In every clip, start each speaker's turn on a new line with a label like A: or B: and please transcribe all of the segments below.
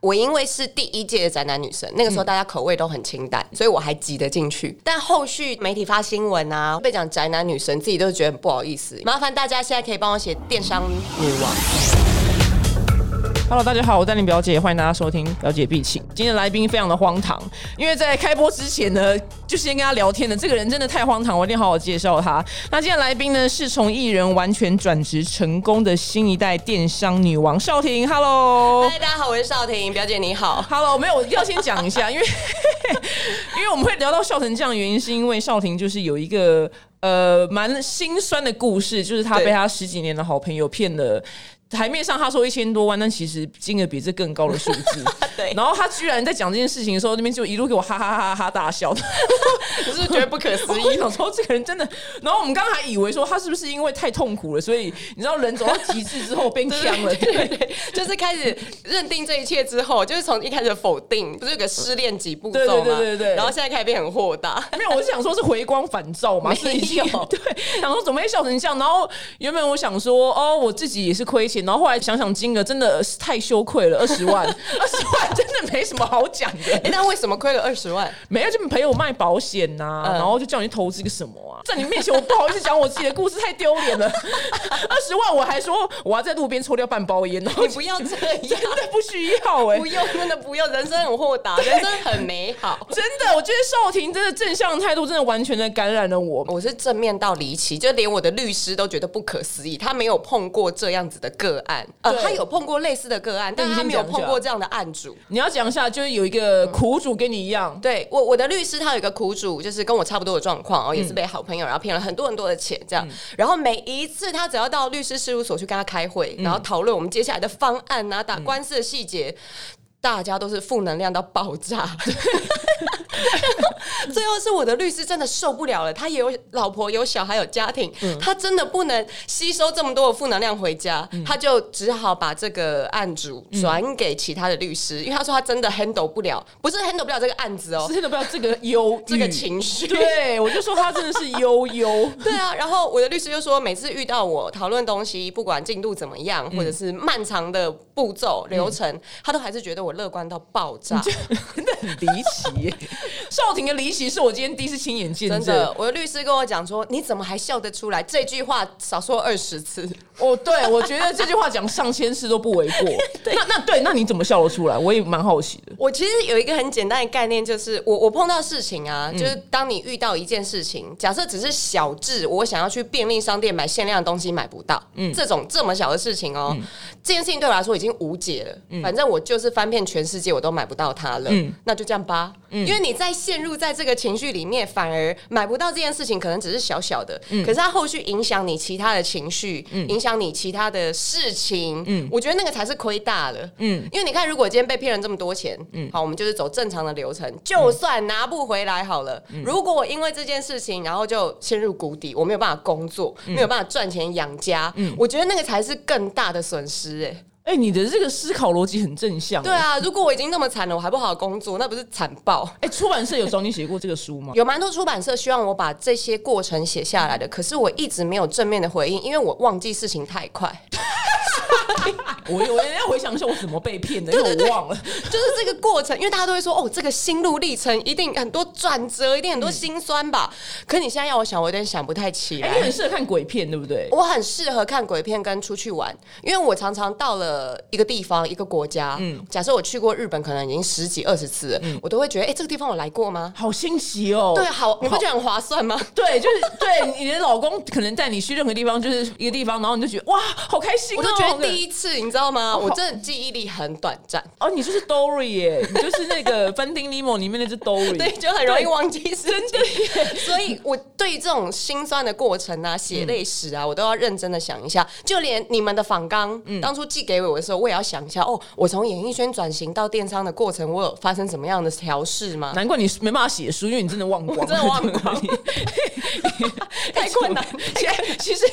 A: 我因为是第一届的宅男女神，那个时候大家口味都很清
B: 嗯
A: 淡，所以我还挤得进去。但后续媒体发新闻啊，被讲宅男女神，自己都觉得很不好意思。麻烦大家现在可以帮我写电商女王。
B: Hello，大家好，我丹林表姐，欢迎大家收听表姐必请。今天的来宾非常的荒唐，因为在开播之前呢，就是先跟他聊天的，这个人真的太荒唐，我一定好好介绍他。那今天的来宾呢，是从艺人完全转职成功的新一代电商女王邵婷。Hello。
A: 嗨，大家好，我是少婷，表姐你好。
B: Hello，没有，我一定要先讲一下，因为 因为我们会聊到笑成这样，原因是因为少婷就是有一个呃蛮心酸的故事，就是她
A: 对
B: 被她十几年的好朋友骗了。台面上她说一千多万，但其实金额比这更高的数字。
A: 对
B: 然后她居然在讲这件事情的时候，那边就一路给我哈哈哈哈大 笑， 就是觉得不可思议。我想说这个人真的，然后我们刚刚还以为说他是不是因为太痛苦了，所以你知道人走到极致 之后被呛了，
A: 对对对，就是开始认定这一切之后，就是从一开始否定，不是有个失恋几步骤吗？
B: 对对对对对
A: 然后现在开始变很豁达。
B: 没有，我是想说是回光返照嘛，
A: 没
B: 是已经
A: 有
B: 对，想说怎么会笑成这样？然后原本我想说，哦，我自己也是亏钱，然后后来想想金额真的是太羞愧了，二十 万，二十万真的没什么好讲
A: 哎、
B: 的。
A: 那为什么亏了二十万？
B: 没有，就朋友卖保险呐、
A: 嗯
B: 然后就叫你去投资个什么啊，在你面前我不好意思讲我自己的故事，太丢脸了。 二十万我还说我要在路边抽掉半包烟，然后
A: 你不要这样
B: 真。的不需要哎、
A: 不用，真的不用，人生很豁达，人生很美好。
B: 真的，我觉得少婷真的正向态度真的完全的感染了我。
A: 我是正面到离奇，就连我的律师都觉得不可思议，他没有碰过这样子的个案，呃，
B: 对
A: 他有碰过类似的个案，但
B: 你
A: 他
B: 先
A: 没有
B: 讲一下
A: 碰过这样的案主。
B: 你要讲一下，就是有一个苦主跟你一样，
A: 对我，我的律师他有一个苦主，就是跟我差不多的状况哦，也
B: 嗯
A: 是被好朋友然后骗了很多很多的钱这样。然后每一次他只要到律师事务所去跟他开会，
B: 嗯
A: 然后讨论我们接下来的方案啊、打官司的细节。大家都是负能量到爆炸，最后是我的律师真的受不了了，他也有老婆、有小孩、有家庭，他真的不能吸收这么多的负能量回家，他就只好把这个案主转给其他的律师，因为他说他真的 handle 不了，不是 handle 不了这个案子哦，
B: 真的不要这个忧 郁
A: 这个。情
B: 嗯
A: 绪。
B: 对，我就说他真的是 悠悠，
A: 对啊，然后我的律师就说，每次遇到我讨论东西，不管进度怎么样，或者是漫长的步骤流程，他都还是觉得我乐观到爆炸。
B: 真的很离奇耶。 少廷的离奇是我今天第一次亲眼见
A: 真
B: 证。
A: 的，我的律师跟我讲说，你怎么还笑得出来？这句话少说二十次。
B: 哦，对，我觉得这句话讲上千次都不为 过。那那对，那你怎么笑得出来？我也蛮好奇的。
A: 我其实有一个很简单的概念，就是我我碰到事情啊，就是当你遇到一件事情，假设只是小至我想要去便利商店买限量的东西买不到，嗯，这种这么小的事情哦，这件事情对我来说已经无解了。反正我就是翻遍全世界，我都买不到它了，那就这样吧。因为你在陷入在这个情绪里面，反而买不到这件事情，可能只是小小的，可是它后续影响你其他的情绪，影响你其他的事情，我觉得那个才是亏大了。因为你看，如果今天被骗了这么多钱，嗯，好，我们就是走正常的流程，就算拿不回来好了。如果我因为这件事情，然后就陷入谷底，我没有办法工作，没有办法赚钱养家，我觉得那个才是更大的损失、哎，
B: 哎、你的这个思考逻辑很正向。
A: 对。啊，如果我已经那么惨了，我还不好好工作，那不是惨爆？
B: 哎、出版社有找你写过这个书吗？
A: 有蛮多出版社希望我把这些过程写下来的，可是我一直没有正面的回应，因为我忘记事情太快。
B: 我我要回想一下我怎么被骗的，因
A: 对对
B: 为我忘了。
A: 就是这个过程，因为大家都会说哦，这个心路历程一定很多转折，一定很多心酸吧。可你现在要我想，我有点想不太起
B: 哎、
A: 来。
B: 你很适合看鬼片，对不对？
A: 我很适合看鬼片跟出去玩，因为我常常到了一个地方、一个国家，假设我去过日本，可能已经十几二十次了，我都会觉得，哎、这个地方我来过吗？
B: 好新奇哦。
A: 对，好，你不觉得很划算吗？
B: 对，就是对你的老公可能带你去任何地方，就是一个地方，然后你就觉得哇，好开心、
A: 我
B: 哦！
A: 就觉
B: 好
A: 得第
B: 一
A: 一次，你知道吗？
B: 哦
A: 我真的记忆力很短暂，
B: 哦，你就是 Dory 耶，你就是那 个《芬丁尼莫》里面那只 Dory。
A: 对，就很容易忘记事情。 所以我对于这种心酸的过程啊、血泪史啊，我都要认真的想一下。就连你们的访纲，
B: 嗯
A: 当初寄给我的时候，我也要想一下哦，我从演艺圈转型到电商的过程，我有发生什么样的调试吗？
B: 难怪你没办法写书，因为你真的忘光了，
A: 我真的忘 光
B: 哎太困难。其实其实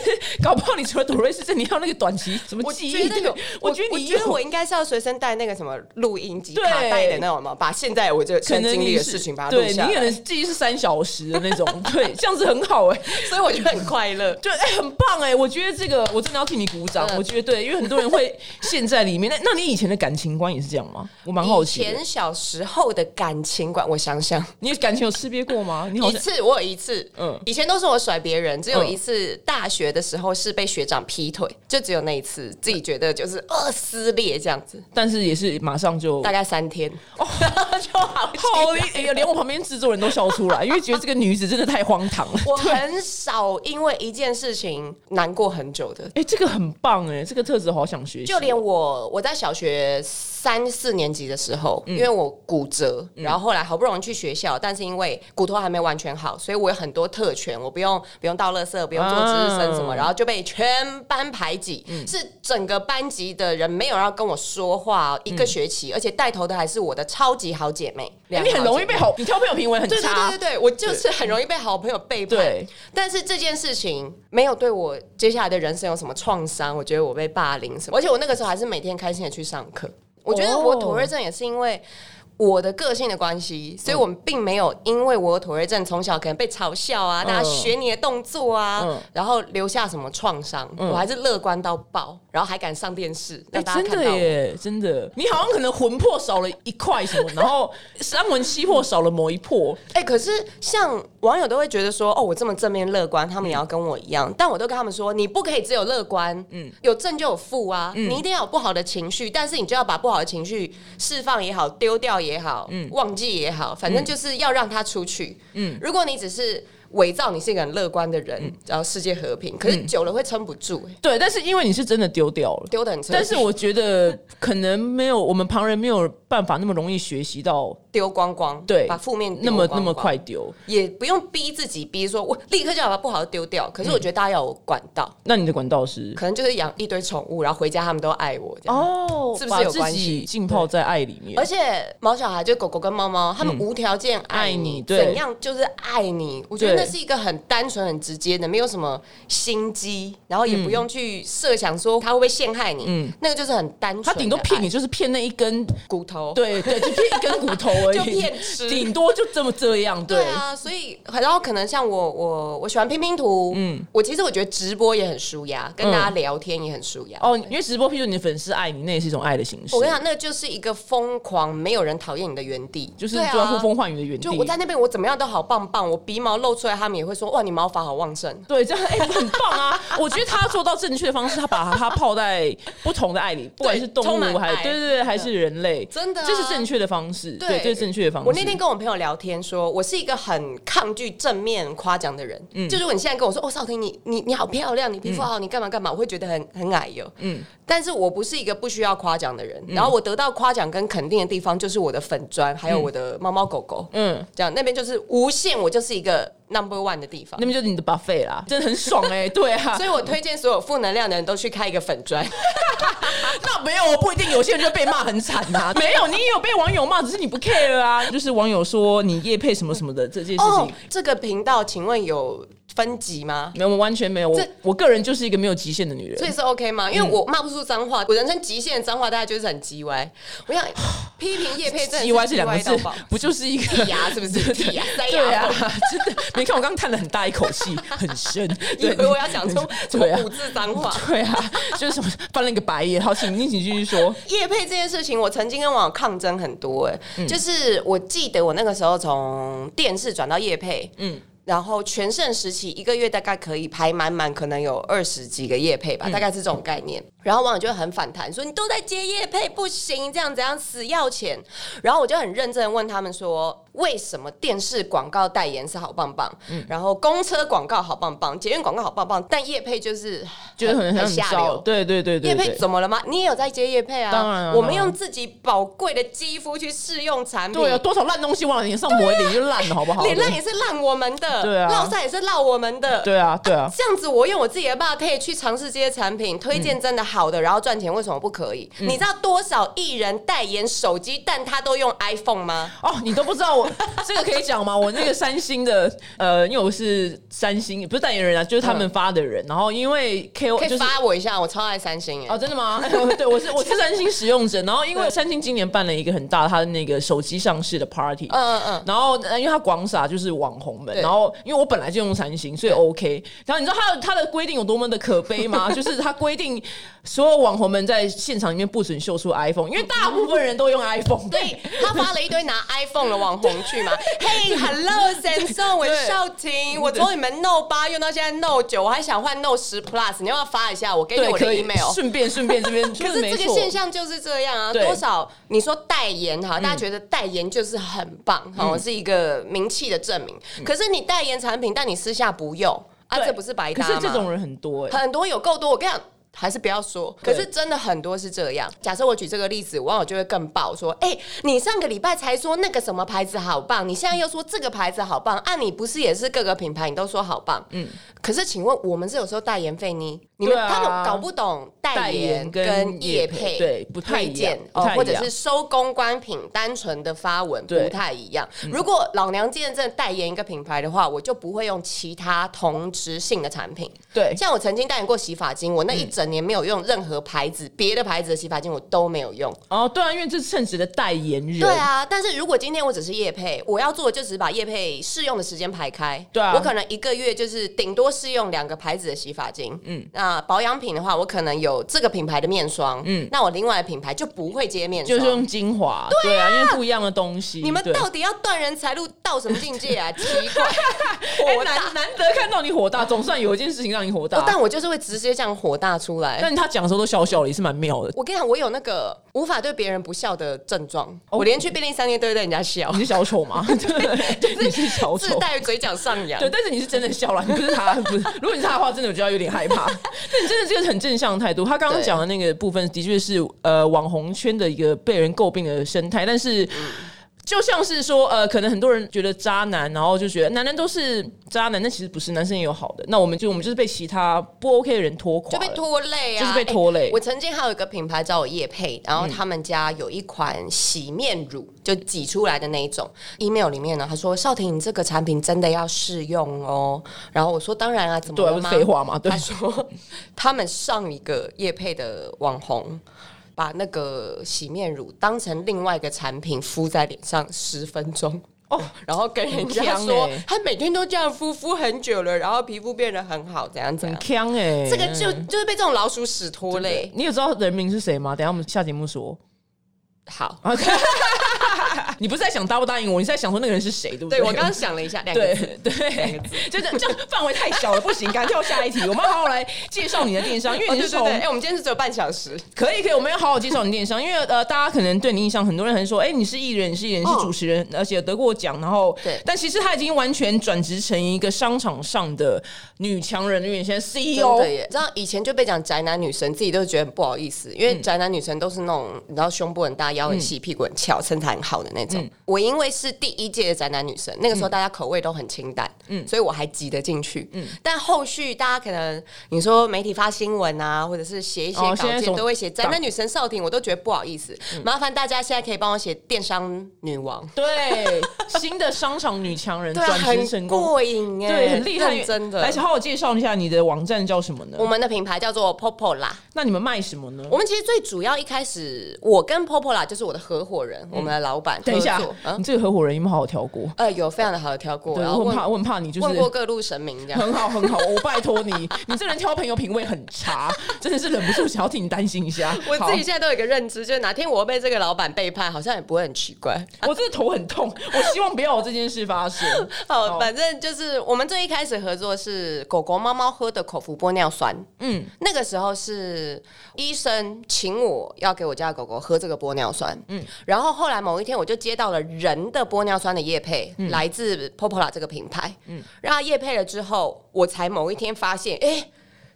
B: 搞不好你除了 Dory 是你要那个短期什么记忆
A: 觉得有，
B: 我
A: 我
B: 觉得
A: 我
B: 你
A: 觉得
B: 有
A: 我应该是要随身带那个什么录音机
B: 对
A: 卡带的那种嘛，把现在我就
B: 可
A: 曾
B: 能
A: 经
B: 你
A: 历的
B: 是
A: 事情把它录
B: 对你
A: 下
B: 可
A: 来，
B: 能记忆是三小时的那种，对，这样子很好哎、
A: 所以我觉得很快 乐。
B: 对，哎、很棒哎、我觉得这个我真的要替你鼓掌。
A: 嗯
B: 我觉得对，因为很多人会陷在里面。那那你以前的感情观也是这样吗？我蛮好
A: 以
B: 奇的。
A: 前小时候的感情观，我想想，
B: 你感情有识别过吗？你好
A: 一
B: 像
A: 次我有一次，
B: 嗯
A: 嗯，以前都是我甩别人，只有
B: 嗯
A: 一次大学的时候是被学长劈腿，就只有那一次，自己觉得就是呃撕裂这样子，
B: 但是也是马上就
A: 大概三天，
B: 哦，
A: 就 好起来
B: 好厉哎呀，连我旁边制作人都笑出来，因为觉得这个女子真的太荒唐了。
A: 我很少因为一件事情难过很久的，
B: 哎、这个很棒哎、这个特质好想学习。
A: 就连我我在小学三四年级的时候，
B: 嗯
A: 因为我骨折，然后后来好不容易去学校，但是因为骨头还没完全好，所以我有很多特权，我不用不用倒垃圾，不用做值日生什么，
B: 啊嗯
A: 然后就被全班排挤，是整个班级的人没有要跟我说话哦、一个学期，而且带头的还是我的超级好姐妹，
B: 嗯哎
A: 两个
B: 你很
A: 好
B: 容易
A: 姐妹
B: 被好，你挑朋友评委很
A: 对对
B: 差
A: 对对。对，我就是很容易被好朋友背叛。
B: 对
A: 但是这件事情没有对我接下来的人生有什么创伤，我觉得我被霸凌什么，而且我那个时候还是每天开心的去上课。我觉得
B: 哦
A: 我妥瑞症也是因为。我的个性的关系，所以我们并没有因为我有妥瑞症，从小可能被嘲笑啊，
B: 嗯
A: 大家学你的动作啊，
B: 嗯
A: 然后留下什么创伤，我还是乐观到爆，然后还敢上电视让
B: 哎、
A: 大家
B: 真
A: 看
B: 的
A: 到我。
B: 耶，真的，你好像可能魂魄少了一块什么，然后 三魂七魄少了某一魄，
A: 哎、可是像网友都会觉得说，哦，我这么正面乐观，他
B: 嗯
A: 们也要跟我一样。但我都跟他们说，你不可以只有乐观，嗯，有正就有负啊，
B: 嗯
A: 你一定要有不好的情绪，但是你就要把不好的情绪释放也好，丢掉也好，
B: 嗯
A: 忘记也好，反正就是要让它出去。嗯，如果你只是伪造你是一个很乐观的
B: 嗯
A: 人，然后世界和平，可是久了会撑不住、哎
B: 对，但是因为你是真的丢掉了。
A: 丢的很彻底，
B: 但是我觉得可能没有我们旁人没有办法那么容易学习到，
A: 丢光光，
B: 对，
A: 把负面丢
B: 那么
A: 光
B: 那么
A: 光
B: 快丢。
A: 也不用逼自己，逼说我立刻就要把不好的丢掉。可是
B: 嗯
A: 我觉得大家要有管道。
B: 那你的管道是
A: 可能就是养一堆宠物，然后回家他们都爱我这样。
B: 哦
A: 是不是
B: 把
A: 有
B: 自
A: 关
B: 己
A: 系
B: 浸泡在爱里面
A: 而？且毛小孩就狗狗跟猫猫，他们无条件爱
B: 嗯爱
A: 你，
B: 你对
A: 怎样就是爱你。我觉得那
B: 对
A: 是一个很单纯、很直接的，没有什么心机，然后也
B: 嗯
A: 不用去设想说他会不会陷害你。那个就是很单纯的
B: 他
A: 爱，
B: 嗯顶多骗你，就是骗那一根，
A: 骨头。
B: 对对，就骗一根骨头而已，
A: 就骗吃
B: 顶多就这么这样，
A: 对啊，所以然后可能像我，我我喜欢拼拼图，嗯，我其实我觉得直播也很舒压，跟大家聊天也很舒压。
B: 嗯哦，因为直播，譬如你的粉丝爱你，那也是一种爱的形式
A: 我，跟你讲，那就是一个疯狂，没有人讨厌你的原地，
B: 就是
A: 对啊
B: 做呼风唤雨的原地
A: 就。我在那边，我怎么样都好棒棒，我鼻毛露出来，他们也会说哇，你毛发好旺盛。
B: 对，这样哎、很棒啊！我觉得他做到正确的方式，他把它泡在不同的爱里，不管是动
A: 充满
B: 物还
A: 爱
B: 对对对，还是人类，
A: 真的啊
B: 这是正确的方式，
A: 对
B: 对，这是正确的方式。
A: 我那天跟我朋友聊天说，我是一个很抗拒正面夸奖的人。
B: 嗯
A: 就如果你现在跟我说哦，少婷，你你你好漂亮，你皮肤好，你干嘛干嘛，我会觉得很很矮哟。嗯，但是我不是一个不需要夸奖的人。
B: 嗯
A: 然后我得到夸奖跟肯定的地方，就是我的粉砖，还有我的猫猫狗狗。
B: 嗯，
A: 这样那边就是无限，我就是一个 number one 的地方
B: 那。边就是你的 buffet 啦，真的很爽哎、对啊
A: 所。以我推荐所有负能量的人都去开一个粉砖。
B: 那没有，不一定，有些人就被骂很惨呐、 没有，你也有被网友骂，只是你不 care 啊。就是网友说你夜配什么什么的这件事
A: 哦
B: 情。，
A: 这个频道请问有分级吗？
B: 没有，我完全没有。我
A: 这
B: 我个人就是一个没有极限的女人
A: 所。以是 OK
B: 嗯
A: 吗？因为我骂不出脏话，我人生极限的脏话大概就是很叽歪。我 想批评叶佩真的
B: 意外这两个字
A: 叽 歪到爆，
B: 不就是一个
A: 剔牙是不是？剔牙塞
B: 对
A: 牙
B: 啊
A: 缝。，
B: 真的，你看我刚叹了很大一口 气，很深。
A: 以
B: 对，
A: 为 我要讲出什
B: 对啊
A: 么五字脏话？
B: 对啊，就是什么翻了一个白眼。好，请你请继续说。
A: 叶配这件事情，我曾经跟网友抗争很多、哎、就是我记得我那个时候从电视转到叶配，嗯。然后全盛时期一个月大概可以排满满，可能有二十几个叶配吧，大概是这种概念。然后网友就很反弹，说你都在接叶配不行，这样怎样死要钱。然后我就很认真地问他们说，为什么电视广告代言是好棒棒，然后公车广告好棒棒，捷运广告好棒棒，但叶配就是
B: 觉得很
A: 很
B: 很
A: 下
B: 糟
A: 流，
B: 对对对对
A: 叶配
B: 对。
A: 怎么了吗？你也有在接叶配啊？
B: 当然啊
A: 我们
B: 当然
A: 用自己宝贵的肌肤去试用产品，
B: 啊对啊，多少烂东西往你脸上抹一脸就烂了，好不好？
A: 脸烂也是烂我们的。的，
B: 对啊
A: 落赛也是落我们的，
B: 对啊，对啊，
A: 这样子，我用我自己的 bar 可以去尝试这些产
B: 嗯
A: 品，推荐真的好的，然后赚钱，为什么不可以？你知道多少艺人代言手机，但他都用 iPhone 吗？
B: 哦，你都不知 道我这个可以讲吗？我那个三星的，呃，因为我是三星，不是代言人啊，就是他们发的人。然后因为 KO
A: 嗯可
B: 哦就
A: 以
B: 是
A: 发我一下，我超爱三星耶
B: 哦，。真的吗？对，我是我是三星使 用者。然后因为三星今年办了一个很大它的那个手机上市的 party，
A: 嗯嗯嗯，
B: 然后呃因为它广撒就是网红们，
A: 对
B: 然后因为我本来就用三星，所以 OK。然后你知道它的它的规定有多么的可悲 吗？就是它规定所有网红们在现场里面不准秀出 iPhone，因为大部分人都用 iPhone。
A: 所以他发了一堆拿 iPhone 的网红 去嘛，嘿，Hello Samsung，我
B: 对
A: 是少婷，我从你们 Note 八用到现在 Note 九，我还想换 Note 十 Plus，你要不要发一下？我给你
B: 对，
A: 我的
B: 可以
A: email。
B: 顺便顺便这边，
A: 可
B: 就是没
A: 这个
B: 错
A: 现象就是这样啊，
B: 对
A: 多少你说代言哈，大家觉得代言就是很
B: 嗯
A: 棒哈，是一个名气的证明。可是你代言产品，但你私下不用啊，
B: 对
A: 这不是白
B: 可
A: 搭
B: 是
A: 吗？
B: 这种人很多哎、
A: 很多有够多，我跟你讲。还是不要说，可
B: 对
A: 是真的很多是这样。假设我举这个例子，网友就会更爆说：“哎、你上个礼拜才说那个什么牌子好棒，你现在又说这个牌子好棒，啊，你不是也是各个品牌你都说好棒？嗯，可是请问我们是有收代言费呢？你们、
B: 对啊
A: 他们搞不懂代
B: 代
A: 言
B: 言跟
A: 跟业
B: 业
A: 配，
B: 配对啊不太
A: 推
B: 一样
A: 荐
B: 不太一样
A: 或者是收公关品单纯的发文
B: 对嗯
A: 不太一样。如果老娘今天真的代言一个品牌的话，我就不会用其他同质性的产品。
B: 对，
A: 像我曾经代言过洗发精，我那
B: 嗯
A: 一整年没有用任何牌子、别的牌子的洗发精，我都没有用。
B: 哦，对啊，因为这是称职的代言人，
A: 对，啊，但是如果今天我只是叶配，我要做的就只是把叶配试用的时间排开。
B: 对啊
A: 我可能一个月就是顶多试用两个牌子的洗发精。嗯，那保养品的话，我可能有这个品牌的面霜。嗯，那我另外的品牌就不会接面
B: 就
A: 霜。
B: 是用精华，对啊，因为不一样的东西，
A: 你们
B: 对
A: 到底要断人财路到什么境界 啊？奇怪，
B: 哎
A: 火大！
B: 难难得看到你火大，总算有一件事情让你火大。
A: 哦但我就是会直接这样火大出来。
B: 但他讲的时候都笑笑的，也是蛮妙的。
A: 我跟你讲，我有那个无法对别人不笑的症状，
B: 哦
A: 我连去便利商店都会对人家笑
B: 你，是小丑 吗？对，你是小
A: 自
B: 丑。
A: 带嘴角上扬
B: 对，。但是你是真的笑了，你不是他， 不是。如果你是他的话，真的我就要有点害 怕。但你真的这个很正向的态度。他刚刚讲的那个部分，的确是呃网红圈的一个被人诟病的生态，但是。就像是说，呃，可能很多人觉得渣男，然后就觉得男人都是渣男，那其实不是，男生也有好的。那我们就我们就是被其他不 OK 的人拖垮
A: 就
B: 了，
A: 被拖累啊，
B: 就是被拖累
A: 欸我曾经还有一个品牌找我叶配，然后他们家有一款洗面乳，就挤出来的那一种。email 里面呢，他说：“少婷，你这个产品真的要试用哦。”然后我说：“当然啊，怎么
B: 对啊，
A: 了
B: 不是
A: 吗？”
B: 废话嘛，对
A: 他，说他们上一个叶配的网红。把那个洗面乳当成另外一个产品敷在脸上十分钟哦， 然后跟人家
B: 很
A: 说
B: 呛欸
A: 他每天都这样敷敷很久了，然后皮肤变得很好，怎样怎
B: 很
A: 样，
B: 呛哎、
A: 这个就就是被这种老鼠屎拖累。
B: 你有知道人名是谁吗？等一下我们下节目说。
A: 好，
B: 你不是在想答不答应我，你是在想说那个人是谁，对不
A: 对
B: 对
A: 我刚刚想了一下，两个
B: 对
A: 字
B: 对，就是 这样范围太小了，不行，赶快跳下一题。我们要好好来介绍你的电商，因
A: 哦
B: 为你
A: 对
B: 是
A: 对
B: 从、
A: 对，哎、我们今天是只有半小时，
B: 可以可以，我们要好好介绍你的电商，因为呃，大家可能对你印象，很多人很说，哎、你是艺人，你是艺人，你是
A: 哦
B: 主持人，而且得过奖，然后
A: 对
B: 但其实他已经完全转职成一个商场上的女强人，因为你现在
A: 真
B: CEO
A: 的耶！你知道以前就被讲宅男女神，自己都觉得很不好意思，因为宅男女神都是那种你知道胸部很大、腰很细、屁股很翘、身材很好的那种。我因为是第一届的宅男女神，那个时候大家口味都很清淡，嗯，所以我还挤得进去，嗯。但后续大家可能你说媒体发新闻啊，或者是写一些
B: 哦
A: 稿
B: 现在什
A: 件，
B: 么
A: 都会写宅男女神少婷，我都觉得不好意思。麻烦大家现在可以帮我写电商女王。
B: 对新的商场女强人
A: 对啊，
B: 转职
A: 很
B: 成功，
A: 过瘾哎，
B: 对，很厉害，
A: 认真的。
B: 而且好好介绍一下你的网站叫什么呢
A: 我？们的品牌叫做 Popo 啦，
B: 那你们卖什么呢？
A: 我们其实最主要一开始，我跟 Popo 啦就是我的合伙人，我们的老板。
B: 等一下
A: 合作，嗯
B: 你这个合伙人有没有好好挑过？
A: 呃，有非常的好的挑过，
B: 对，
A: 然后
B: 我很
A: 问
B: 怕，我很怕你就是
A: 问过各路神明这样。
B: 很好很好，我拜托你， 你这人挑朋友品味很差， 真的是忍不住想要替你担心一下。
A: 我自己
B: 己。
A: 现在都有一个认知，就是哪天我被这个老板背叛，好像也不会很奇怪。
B: 我真的头很痛，我希望不要有这件事 发生。
A: 好，反正就是我们最一开始合作是狗狗、猫猫喝的口服玻尿酸。嗯，那个时候是医生请我要给我家的狗狗喝这个玻尿酸。嗯，然后后来某一天我就接到了人的玻尿酸的叶配，来嗯自 Popola 这个品牌。嗯，然后叶配了之后，我才某一天发现，哎、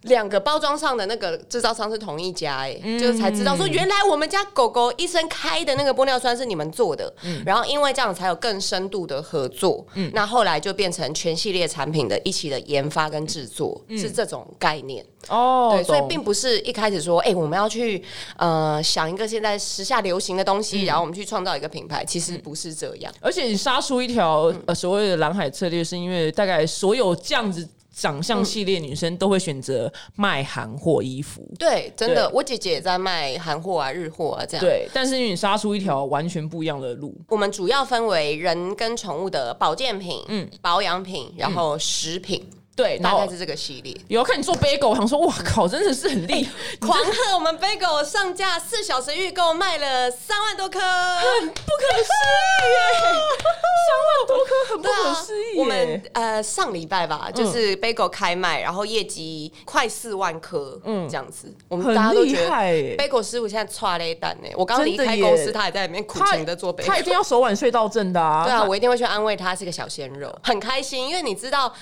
A: 两个包装上的那个制造商是同一家、欸，哎、就是才知道说原来我们家狗狗医生开的那个玻尿酸是你们做的，然后因为这样才有更深度的合作，那后来就变成全系列产品的一起的研发跟制作，是这种概念。
B: 哦，
A: 对，所以
B: 懂
A: 并不是一开始说，哎、我们要去呃想一个现在时下流行的东
B: 嗯
A: 西，然后我们去创造一个品牌，其实不是这样。
B: 而且你杀出一条
A: 嗯
B: 呃所谓的蓝海策略，是因为大概所有这样子长相系列女生都会选择卖韩货衣服。
A: 对，真的
B: 对，
A: 我姐姐也在卖韩货啊、日货啊这样。
B: 对，但是因为你杀出一条完全不一样的路，
A: 我们主要分为人跟宠物的保健品、嗯，保养品，然后食品，
B: 对，然
A: 大
B: 后
A: 概是这个系列。
B: 有看你做 bagel，我想说哇靠，真的是很厉啊害，
A: 狂贺我们 Bagel 上架四小时预购，卖了三万多 颗，
B: 很不可思议耶，三万多颗，很不可思议耶。
A: 啊
B: 嗯
A: 我们呃上礼拜吧，就是 Bagel 开卖，然后业绩快四万颗，嗯，这样子，我们大家
B: 很
A: 都觉
B: 厉
A: 得
B: 害耶，
A: Bagel 师傅现在差了一蛋呢。我刚离
B: 真的
A: 开
B: 耶
A: 公司，他还在里面苦
B: 他
A: 情的做 Bagel，
B: 他一定要手腕睡到正的啊。
A: 对啊，我一定会去安慰他是个小鲜肉，很开心，因为你知道，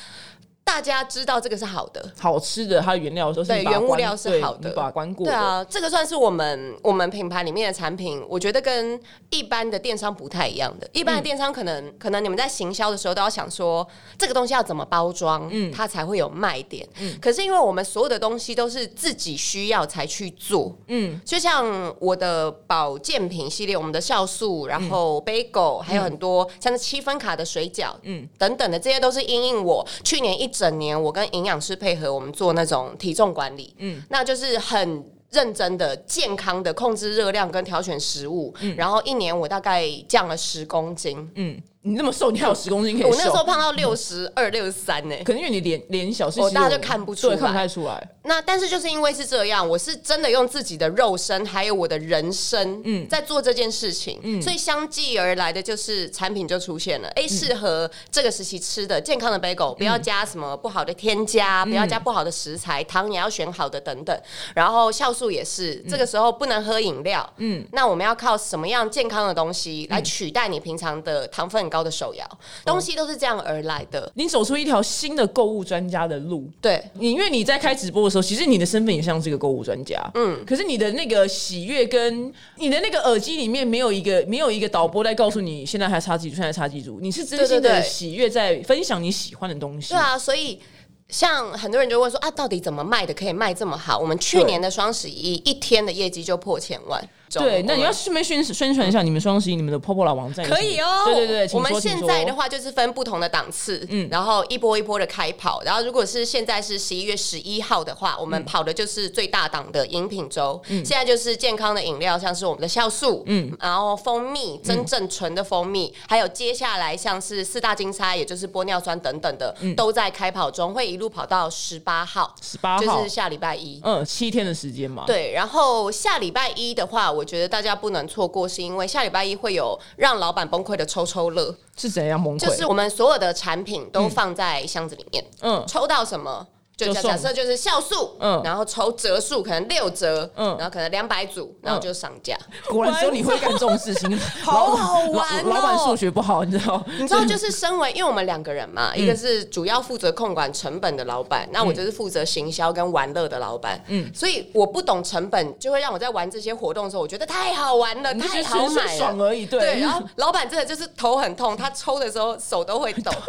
A: 大家知道这个是好的。
B: 好吃的，它的原料都是
A: 对
B: 你把它
A: 原物
B: 关
A: 料是
B: 对
A: 好的
B: 你把它关过
A: 对
B: 的。
A: 啊，这个算是我们我们品牌里面的产品，我觉得跟一般的电商不太一样的。一般的电商可能、可能你们在行销的时候都要想说这个东西要怎么包装，嗯，它才会有卖点。
B: 嗯
A: 可是因为我们所有的东西都是自己需要才去做，嗯，就像我的保健品系列，我们的酵素，然后 bagel，、还有很多像是七分卡的水饺，嗯，等等的，这些都是因应我去年一整年，我跟营养师配合，我们做那种体重管理，嗯，那就是很。认真的、健康的控制热量跟挑选食物，然后一年我大概降了十公斤，
B: 嗯，你那么瘦，你还有十公斤可以
A: 我
B: 瘦。
A: 那时候胖到六十二、六十三呢。
B: 可能因为你脸脸小，所以
A: 哦
B: 其实
A: 大家就看不出来
B: 对看不太出来。
A: 那但是就是因为是这样，我是真的用自己的肉身还有我的人生，嗯，在做这件事情，所以相继而来的就是产品就出现了，哎、适合这个时期吃的健康的 bagel，不要加什么不好的添加，不要加不好的食材，糖也要选好的等等。然后酵素也是，这个时候不能喝饮料，嗯，那我们要靠什么样健康的东西来取代你平常的糖分很高的手摇？东西都是这样而来的，
B: 你走出一条新的购物专家的路。
A: 对。
B: 你因为你在开直播的时候，其实你的身份也像是个购物专家，嗯，可是你的那个喜悦跟你的那个耳机里面没有一个没有一个导播在告诉你现在还差几组，现在还差几组，你是真
A: 对
B: 心
A: 对
B: 的
A: 对
B: 喜悦在分享你喜欢的东西，
A: 对啊，所以像很多人就问说啊，到底怎么卖的可以卖这么好？我们去年的双十一一天的业绩就破千万。
B: 对，那你要
A: 我们
B: 顺便宣宣传一下你们双十一、你们的 Popola 网站
A: 可以哦，
B: 对对对，请
A: 我们
B: 说
A: 现在的，
B: 请说
A: 话就是分不同的档次，嗯，然后一波一波的开跑。然后如果是现在是十一月十一号的
B: 嗯
A: 话，我们跑的就是最大档的饮品周，现在就是健康的饮料，像是我们的酵素，嗯，然后蜂蜜，真正纯的蜂蜜，还有接下来像是四大金钗，也就是玻尿酸等等的，
B: 嗯
A: 都在开跑中，会一路跑到十八号，
B: 18
A: 就
B: 号
A: 是下礼拜一。
B: 嗯，七天的时间嘛，
A: 对，然后下礼拜一的话，我觉得大家不能错过，是因为下礼拜一会有让老板崩溃的抽抽乐，
B: 是怎样崩溃？
A: 就是我们所有的产品都放在箱子里面，
B: 嗯
A: 抽到什么就
B: 就
A: 假
B: 送
A: 假设就是酵素，
B: 嗯
A: 然后抽折数可能六折，
B: 嗯
A: 然后可能两百组，然后就上架。
B: 果然只有你会干这种事情，
A: 好
B: 老
A: 好玩
B: 老老板
A: 哦
B: 数学不好，你知道？
A: 你知道，就是身为因为我们两个人嘛，一个是主要负责控管成本的老
B: 嗯
A: 板，那我就是负责行销跟玩乐的老板，嗯，所以我不懂成本，就会让我在玩这些活动的时候，我觉得太好玩了，
B: 你就
A: 太
B: 觉得
A: 好
B: 纯粹
A: 买了，
B: 爽而已对
A: 对，然后老板真的就是头很痛，他抽的时候手都会抖。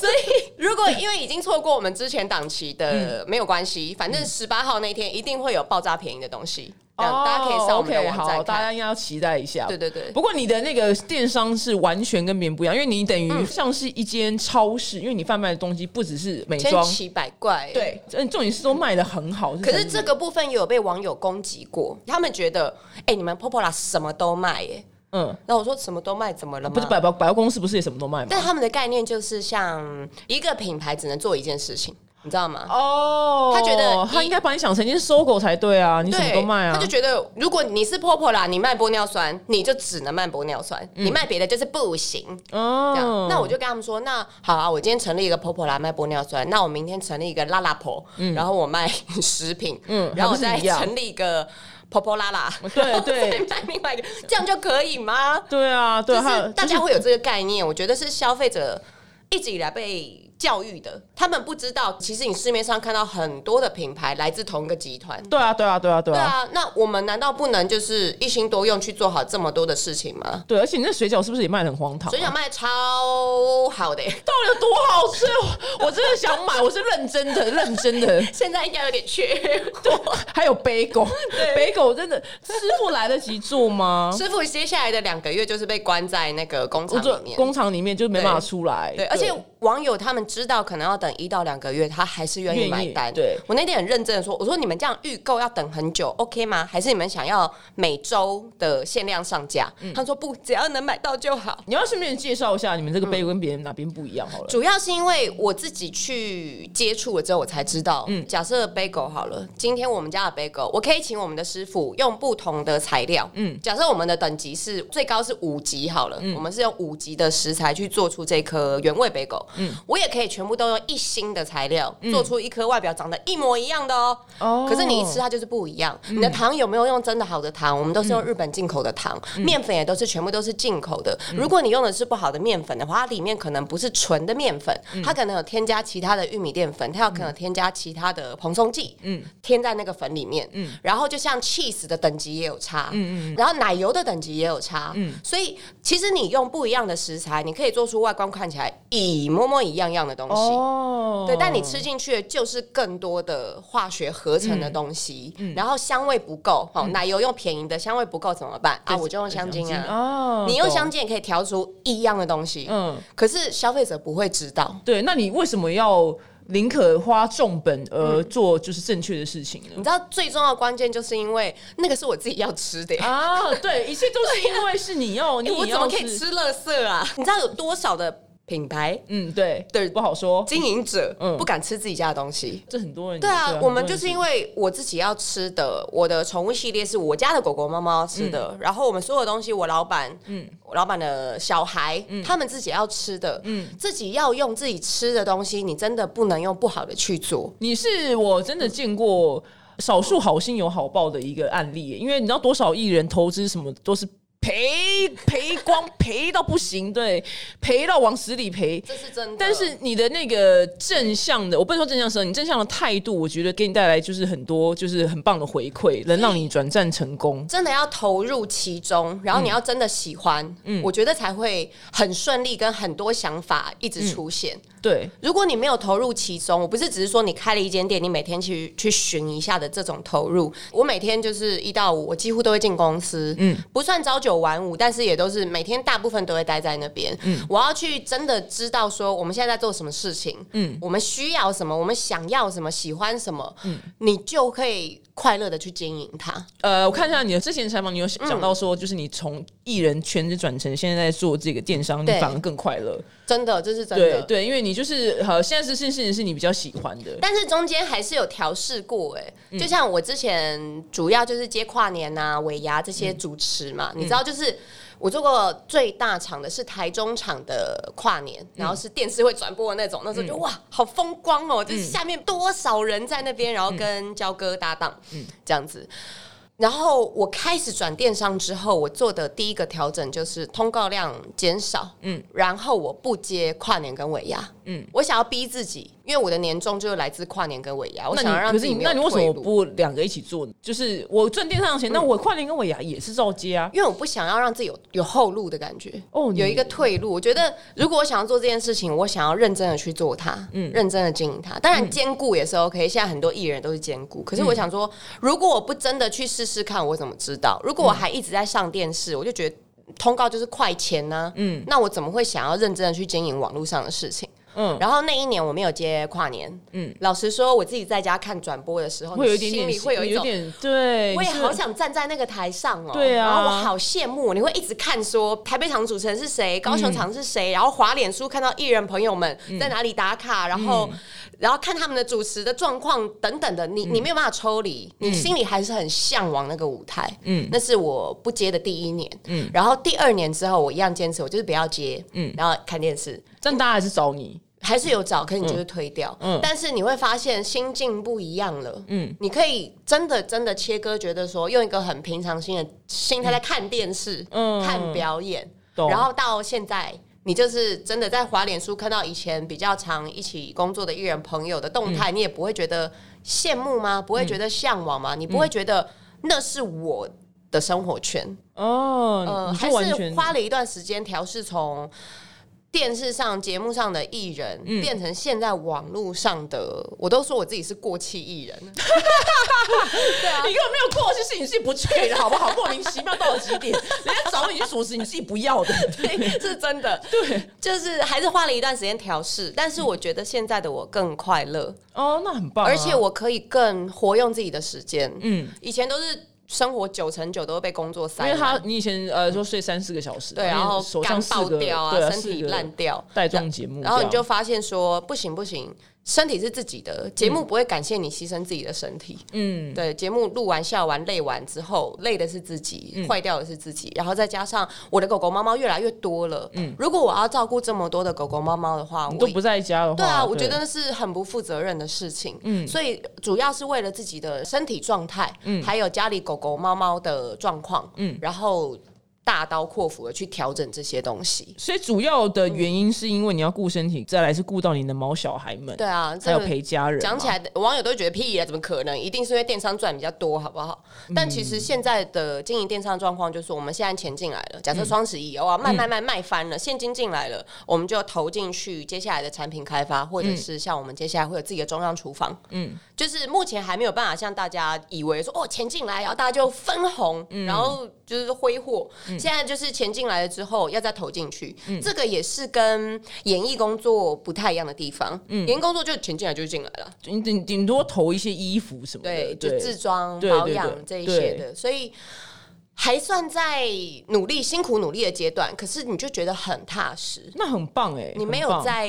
A: 所以，如果因为已经错过我们之前档期的，没有关
B: 嗯
A: 系，反正十八号那天一定会有爆炸便宜的东西，这样大家可以上我们的
B: 哦 OK，
A: 网站
B: 好，大
A: 看。
B: 家应该要期待一下。
A: 对对对
B: 不过你的那个电商是完全跟别人不一样，因为你等
A: 嗯
B: 于像是一间超市，因为你贩卖的东西不只是美
A: 千
B: 妆，
A: 奇百怪，
B: 对，嗯，重点是都卖的很好。
A: 可是
B: 真的
A: 这个部分也有被网友攻击过，他们觉得，哎、你们 Popola 什么都卖耶、
B: 嗯，
A: 那我说什么都卖，怎么了吗？
B: 不是百宝百货公司不是也什么都卖吗？
A: 但他们的概念就是像一个品牌只能做一件事情，你知道吗？
B: 哦，
A: 他觉得
B: 他
A: 一
B: 应该把你想成你是搜狗才对啊，你什么
A: 对，
B: 都卖啊。
A: 他就觉得，如果你是 Popola，你卖玻尿酸，你就只能卖玻尿酸，
B: 嗯
A: 你卖别的就是不行。这样，
B: 哦，
A: 那我就跟他们说，那好啊，我今天成立一个 Popola 卖玻尿酸，那我明天成立一个拉拉婆，然后我卖食品，
B: 嗯
A: 然后我
B: 还
A: 再
B: 不是一样
A: 成立一个 Popola 啦，
B: 对
A: 然后
B: 对
A: 再卖另外一个，这样就可以吗？
B: 对啊，对，
A: 就
B: 还
A: 是
B: 有
A: 大家会有这个概念，我觉得是消费者一直以来被教育的，他们不知道，其实你市面上看到很多的品牌来自同一个集团。
B: 对啊，对啊，对啊，对
A: 对
B: 啊，
A: 啊，那我们难道不能就是一心多用去做好这么多的事情吗？
B: 对，而且你那水饺是不是也卖的很荒唐啊？
A: 水饺卖超好的耶、
B: 到底有多好吃？我我真的想买，我是认真的，认 真的。
A: 现在应该有点缺货。
B: 还有北狗， 北狗真的师傅来得及做 吗？
A: 师傅接下来的两个月就是被关在那个工厂
B: 我做
A: 里面。
B: 工厂里面就没办法出来，
A: 对，而且网友他们知道可能要等一到两个月，他还是愿
B: 愿
A: 意
B: 意
A: 买单。
B: 对
A: 我那天很认真的说，我说你们这样预购要等很久，OK 吗？还是你们想要每周的限量上架？
B: 嗯
A: 他说不，只要能买到就好。
B: 你要顺便介绍一下你们这个
A: 嗯
B: 杯跟别人哪边不一样好了。
A: 主要是因为我自己去接触了之后，我才知道。嗯，假设 bagel 好了，今天我们家的 bagel，我可以请我们的师傅用不同的材料。嗯，假设我们的等级是最高是五级好了，我们是用五级的食材去做出这颗原味 bagel。嗯，我也可以全部都用一星的材料做出一颗外表长得一模一样的哦。
B: 哦
A: 可是你一吃它就是不一样。你的糖有没有用真的好的糖？我们都是用日本进口的糖，面粉也都是全部都是进口的。如果你用的是不好的面粉的话，它里面可能不是纯的面粉，它可能有添加其他的玉米淀粉，它有可能添加其他的蓬松剂，嗯，添在那个粉里面，嗯，然后就像 cheese 的等级也有差，嗯嗯，然后奶油的等级也有差，嗯，所以其实你用不一样的食材，你可以做出外观看起来一模模一样样的东西，
B: 哦
A: 对，但你吃进去的就是更多的化学合成
B: 嗯
A: 的东西，然后香味不够，哦，奶油用便宜的，香味不够怎么办啊？我就用香精啊。
B: 哦
A: 你用香，精也可以调出一样的东西，
B: 懂嗯，
A: 可是消费者不会知道。
B: 对，那你为什么要宁可花重本而
A: 嗯
B: 做就是正确的事情 呢？
A: 你知道最重要的关键就是因为那个是我自己要吃的。欸
B: 啊，对，一切都是因为是你 要，你
A: 我
B: 也
A: 怎
B: 要
A: 么可以
B: 是？
A: 吃垃圾啊？ 你知道有多少的品牌
B: 嗯，对
A: 对
B: 不好说，
A: 经营者
B: 嗯
A: 不敢吃自己家的东西？
B: 这很多人
A: 对啊，我们就是因
B: 为
A: 为我自己要吃的，我的宠物系列是我家的狗狗、猫猫吃的，然后我们所有东西，我老板，嗯，我老板的小孩，他们自己要吃的，嗯，自己要用自己吃的东西，你真的不能用不好的去做。
B: 你是我真的见过少数好心有好报的一个案例耶，因为你知道多少艺人投资什么都是。赔赔光赔到不行，对，赔到往死里赔，
A: 这是真的，
B: 但是你的那个正向的，我不能说正向生，你正向的态度，我觉得给你带来就是很多就是很棒的回馈，能让你转战成功。
A: 真的要投入其中，然后你要真的喜欢，嗯，我觉得才会很顺利，跟很多想法一直出现。
B: 对，
A: 如果你没有投入其中，我不是只是说你开了一间店，你每天去去巡一下的这种投入。我每天就是一到五，我几乎都会进公司，嗯，不算朝九晚五，但是也都是每天大部分都会待在那边。嗯，我要去真的知道说我们现在在做什么事情，嗯，我们需要什么，我们想要什么，喜欢什么，嗯，你就可以快乐的去经营它。
B: 呃，我看一下你的之前采访，你有讲到说，就是你从艺人圈子转成现在在做这个电商，你
A: 对
B: 反而更快乐。
A: 真的，这是真
B: 对
A: 的。
B: 对，因为你就是好，现在这件事情是你比较喜欢的。
A: 但是中间还是有调试过、欸，哎、就像我之前主要就是接跨年啊、尾牙这些主持嘛，你知道，就是我做过最大场的是台中场的跨年，然后是电视会转播的那种，那时候就、哇，好风光哦，就是下面多少人在那边，然后跟焦哥搭档，这样子。然后我开始转电商之后，我做的第一个调整就是通告量减少，嗯，然后我不接跨年跟尾牙，嗯，我想要逼自己，因为我的年终就是来自跨年跟尾牙，我
B: 那
A: 想
B: 你
A: 要让
B: 可
A: 自
B: 是
A: 己
B: 你
A: 没有
B: 那你为什么
A: 退路
B: 不两个一起做呢？就是我赚电商的钱，那我跨年跟尾牙也是照接啊。
A: 因为我不想要让自己有有后路的感觉，
B: 哦你
A: 有一个退路。我觉得如果我想要做这件事情，我想要认真的去做它，嗯，认真的经营它。当然兼顾也是 OK，、现在很多艺人都是兼顾。可是我想说，如果我不真的去试试看，我怎么知道？如果我还一直在上电视，我就觉得通告就是快钱呢、嗯，那我怎么会想要认真的去经营网络上的事情？
B: 嗯
A: 嗯，然后那一年我没有接跨年，嗯，老实说，我自己在家看转播的时候，
B: 会有
A: 你
B: 一点
A: 心
B: 点
A: 里会有一
B: 有
A: 种
B: 点对，
A: 我也
B: 你是
A: 好想站在那个台上哦、
B: 对啊
A: 然后我好羡慕，你会一直看说台北场主持人是谁，高雄场是谁，然后滑脸书看到艺人朋友们
B: 嗯
A: 在哪里打卡，然后然后看他们的主持的状况等等的，你你没有办法抽离，
B: 嗯
A: 你心里还是很向往那个舞台。嗯，那是我不接的第一年。嗯，然后第二年之后，我一样坚持，我就是不要接。嗯，然后看电视。
B: 但大家还是找你。
A: 还是有找，可是你就是
B: 嗯
A: 推掉。但是你会发现心境不一样了。嗯，你可以真的真的切割，觉得说用一个很平常心的心态在看电视、
B: 嗯
A: 看表演，
B: 懂
A: 然后到现在。你就是真的在滑脸书看到以前比较常一起工作的艺人朋友的动
B: 嗯
A: 态，你也不会觉得羡慕吗？不会觉得向往吗？你不会觉得那是我的生活圈？
B: 哦，
A: 呃，
B: 你
A: 还
B: 就完
A: 是
B: 全
A: 花了一段时间调试从电视上节目上的艺人、
B: 嗯
A: 变成现在网络上的，我都说我自己是过气艺 人，
B: 你根本没有过去，是你自己不去的好不好？莫名其妙到了极点，人家找你去主持，你自己不要的。
A: 啊 是真的，
B: 对，
A: 就是还是花了一段时间调试，但是我觉得现在的我更快乐，
B: 哦，那很棒啊、
A: 而且我可以更活用自己的时间。
B: 嗯，
A: 以前都是生活九成九都会被工作
B: 因
A: 塞
B: 为
A: 满，
B: 他你以前呃说睡三四个小时，
A: 对，然后
B: 你手上
A: 肝
B: 四
A: 爆
B: 个
A: 掉
B: 对
A: 啊，
B: 啊，
A: 身体烂掉，
B: 带状节目，
A: 然后你就发现说不行不行，身体是自己的，节目不会感谢你牺牲自己的身体。
B: 嗯
A: 对，节目录完、笑完、累完之后，累的是自己，
B: 嗯
A: 坏、掉的是自己，然后再加上我的狗狗、猫猫越来越多了。嗯，如果我要照顾这么多的狗狗、猫猫的话，
B: 你
A: 我
B: 都不在家的话，
A: 对啊，我觉得那是很不负责任的事情。嗯，所以主要是为了自己的身体状态，嗯，还有家里狗狗、猫猫的状况，嗯，然后大刀阔斧的去调整这些东西。
B: 所以主要的原因是因为你要顾身体，再来是顾到你的毛小孩们，
A: 对啊，这
B: 还有
A: 个
B: 陪家人嘛。
A: 讲起来，网友都觉得屁啊，怎么可能？一定是因为电商赚比较多，好不好？但其
B: 嗯
A: 实现在的经营电商状况就是，我们现在钱进来了，
B: 嗯
A: 假设双十一哦哇，卖卖卖卖翻了，现金进来了，我们就投进去接下来的产品开发，或者是像我们接下来会有自己的中央厨房，
B: 嗯
A: 嗯，就是目前还没有办法像大家以为说哦，钱进来，然后大家就分红，
B: 嗯
A: 然后就是挥霍。现在就是钱进来了之后，要再投进去，
B: 嗯
A: 这个也是跟演艺工作不太一样的地方。
B: 嗯
A: 演艺工作就钱进来就进来了。
B: 你顶顶多投一些衣服什么的，
A: 对，就自装
B: 对
A: 保
B: 对
A: 养
B: 对
A: 这一
B: 对
A: 些的，所以还算在努力、辛苦努力的阶段。可是你就觉得很踏实，
B: 那很棒哎、
A: 你没
B: 很
A: 有
B: 棒
A: 在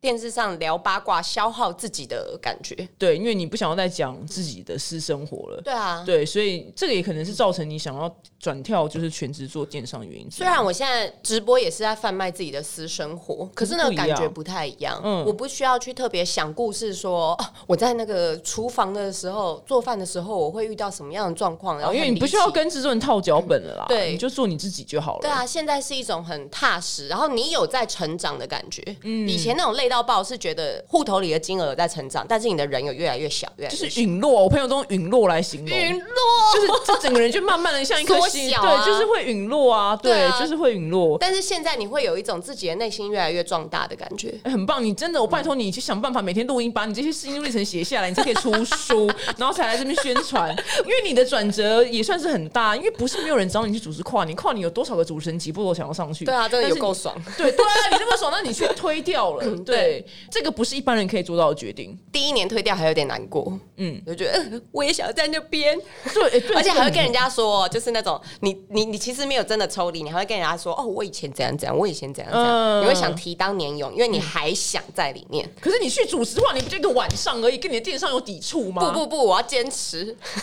A: 电视上聊八卦、消耗自己的感觉。
B: 对，因为你不想要再讲自己的私生活了。
A: 对啊，
B: 对，所以这个也可能是造成你想要转跳就是全职做电商的原因之一。
A: 虽然我现在直播也是在贩卖自己的私生活，可是那
B: 不
A: 个
B: 一样
A: 感觉不太一样。
B: 嗯
A: 我不需要去特别想故事说，啊我在那个厨房的时候、做饭的时候，我会遇到什么样的状况。然后
B: 哦因为
A: 很
B: 你不
A: 离
B: 需要
A: 奇
B: 跟制作人套脚本了啦，
A: 对
B: 你就做你自己就好了。
A: 对啊，现在是一种很踏实，然后你有在成长的感觉。嗯，以前那种累到爆是觉得户头里的金额有在成长，但是你的人有越来越小，越来
B: 就
A: 越
B: 是陨落，我朋友都用陨落来形容，
A: 陨落。
B: 就是这整个人就慢慢的像一颗
A: 缩
B: 星，
A: 小啊
B: 对，就是会陨落啊，对，
A: 对啊
B: 就是会陨落。
A: 但是现在你会有一种自己的内心越来越壮大的感觉。
B: 欸很棒，你真的，我拜托你去想办法，每天录音，把你这些事情历程写下来，你才可以出 书，然后才来这边宣传。因为你的转折也算是很大，因为不是没有人找你去主持跨年，跨年有多少个主持人挤破头想要上去？
A: 对啊，真的
B: 但
A: 有
B: 是
A: 够
B: 你
A: 爽。
B: 对对啊，你那么爽，那你却推掉 了。对，这个不是一般人可以做到的决定。
A: 第一年推掉还有点难过，
B: 嗯
A: 嗯，就觉得呃我也想在那边，
B: 对，欸对
A: 而且还会
B: 这个
A: 跟人家说，就是那种你你你其实没有真的抽离，你还会跟人家说哦，我以前怎样怎样，我以前怎样怎
B: 嗯
A: 样，你会想提当年勇，因为你还想在里面。
B: 可是你去主持的话，你不就一个晚上而已，跟你的电商有抵触吗？
A: 不不不，我要坚持。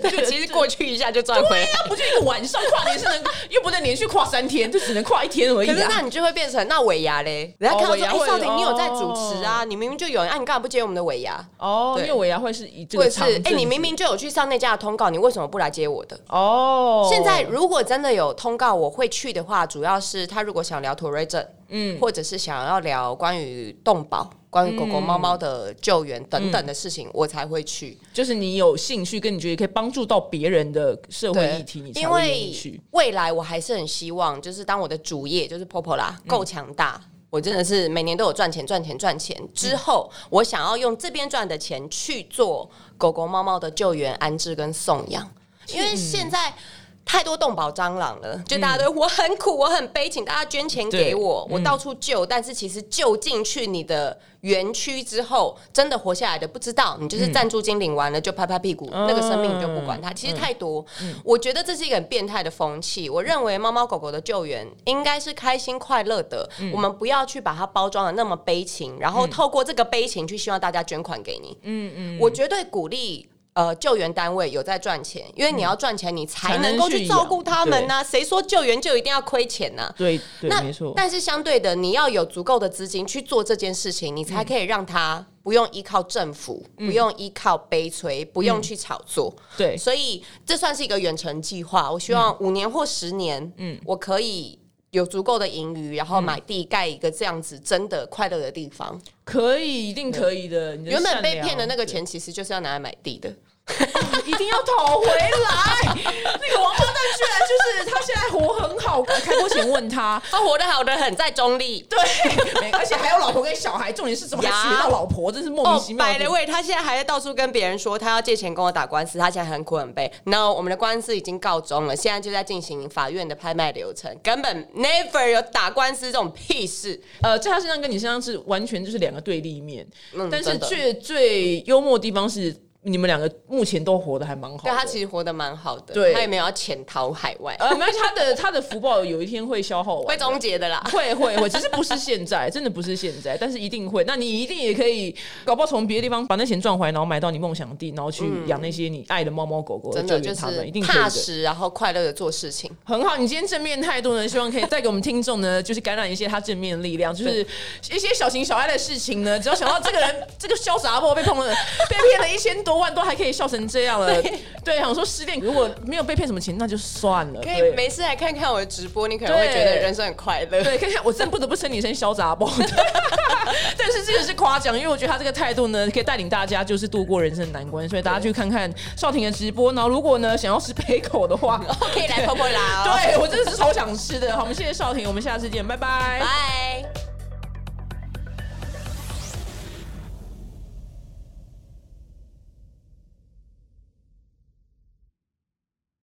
B: 对，
A: 哦就其实过去一下就赚回来。
B: 那不就一个晚上跨年是能，又不能连续跨三天，就只能跨一天而已、
A: 可
B: 啊。
A: 是那你就会变成那尾牙嘞，人家看到
B: 尾
A: 说，
B: 牙
A: 哎、
B: 会
A: 少廷你有在主持啊，你明明就有人，啊，你干嘛不接我们的尾牙？
B: 哦，因
A: 对
B: 为尾牙会是以这
A: 或
B: 个
A: 者是，
B: 长
A: 哎、
B: 阵
A: 你
B: 子
A: 明明就有去上那家的通告，你为什么不来接我的？
B: 哦，
A: 现在如果真的有通告，我会去的话，主要是他如果想聊妥瑞症，嗯，或者是想要聊关于动保、关于狗狗、猫猫的救援等等的事情，我才会去。
B: 就是你有兴趣，跟你觉得可以帮助到别人的社会议题，你才
A: 因
B: 会愿意
A: 为
B: 去。
A: 未来我还是很希望，就是当我的主业就是 Popo 啦
B: 嗯
A: 够强大，我真的是每年都有赚钱、赚钱、赚钱。之后，
B: 嗯
A: 我想要用这边赚的钱去做狗狗、猫猫的救援、安置跟送养，
B: 嗯
A: 因为现在。太多动保蟑螂了，就大家都、我很苦，我很悲，请大家捐钱
B: 对嗯
A: 给我，我到处救。但是其实救进去你的园区之后，真的活下来的不知道，你
B: 嗯
A: 就是赞助金领完了就拍拍屁股，那个生命你就不管它。其实太多，我觉得这是一个很变态的风气。我认为猫猫狗狗的救援应该是开心快乐的，我们不要去把它包装的那么悲情，然后透过这个悲情去希望大家捐款给你。嗯嗯，我绝对鼓励。呃，救援单位有在赚钱，因为你要赚钱，你嗯才能够去照顾他们呐、谁说救援就一定要亏钱啊呐、
B: 对对，
A: 那
B: 没错。
A: 但是相对的，你要有足够的资金去做这件事情，你才
B: 嗯
A: 可以让他不用依靠政府，不用依靠悲催，不用去炒作。
B: 嗯对，嗯
A: 所以这算是一个远程计划。我希望五年或十年，嗯，我可以。有足够的盈余，然后买地盖一个这样子真的快乐的地方。
B: 可以，一定可以的。你的
A: 原本
B: 善
A: 被
B: 良
A: 骗的那个钱其实就是要拿来买地的。
B: 一定要讨回来。 那个王八蛋居然就是他现在活很好，开播前问他。
A: 他活得好的很，在中立。
B: 对， 没而且还有老婆跟小孩，重点是怎么还娶得到老婆，真是莫
A: 哦
B: 名其，妙
A: 百
B: 的。
A: 了位，他现在还在到处跟别人说他要借钱跟我打官司，他现在很苦很悲。No，我们的官司已经告终了，现在就在进行法院的拍卖流程，根本 never 有打官司这种屁事。
B: 呃，在他身上跟你身上是完全就是两个对立面，
A: 嗯
B: 但是
A: 真的
B: 最最幽默的地方是你们两个目前都活得还蛮好的。
A: 对他其实活得蛮好的，
B: 对
A: 他也没有要潜逃海外，
B: 呃，没有他的他的福报有一天会消耗
A: 会
B: 完。
A: 终结的啦。
B: 会会会，只是不是现在，真的不是现在，但是一定会。那你一定也可以，搞不好从别的地方把那钱赚回来，然后买到你梦想的地，然后去养那些你爱的猫猫狗狗，
A: 嗯真
B: 救
A: 的就
B: 援他们，一定
A: 是
B: 可以
A: 踏
B: 的。
A: 实，然后快乐的做事情。
B: 很好，你今天正面态度呢，希望可以带给我们听众呢， 就是感染一些他正面的力量，就是一些小情小爱的事情呢，只要想到这 个人这个潇洒婆被碰了， 被骗了一千多万都还可以笑成这样了，对，想说失恋如果没有被骗什么钱，那就算了，
A: 可以
B: 对
A: 没事来看看我的直播，你可能会
B: 对
A: 觉得人生很快乐。
B: 对，看看我真不得不称你一声潇洒包， 但是这个是夸奖，因为我觉得他这个态度呢，可以带领大家就是度过人生难关，所以大家去看看少婷的直播，然后如果呢想要吃杯口的话，
A: 可以来泡泡啦哦，
B: 对我真的是超想吃的。好，我们谢谢少婷，我们下次见，拜拜
A: 拜。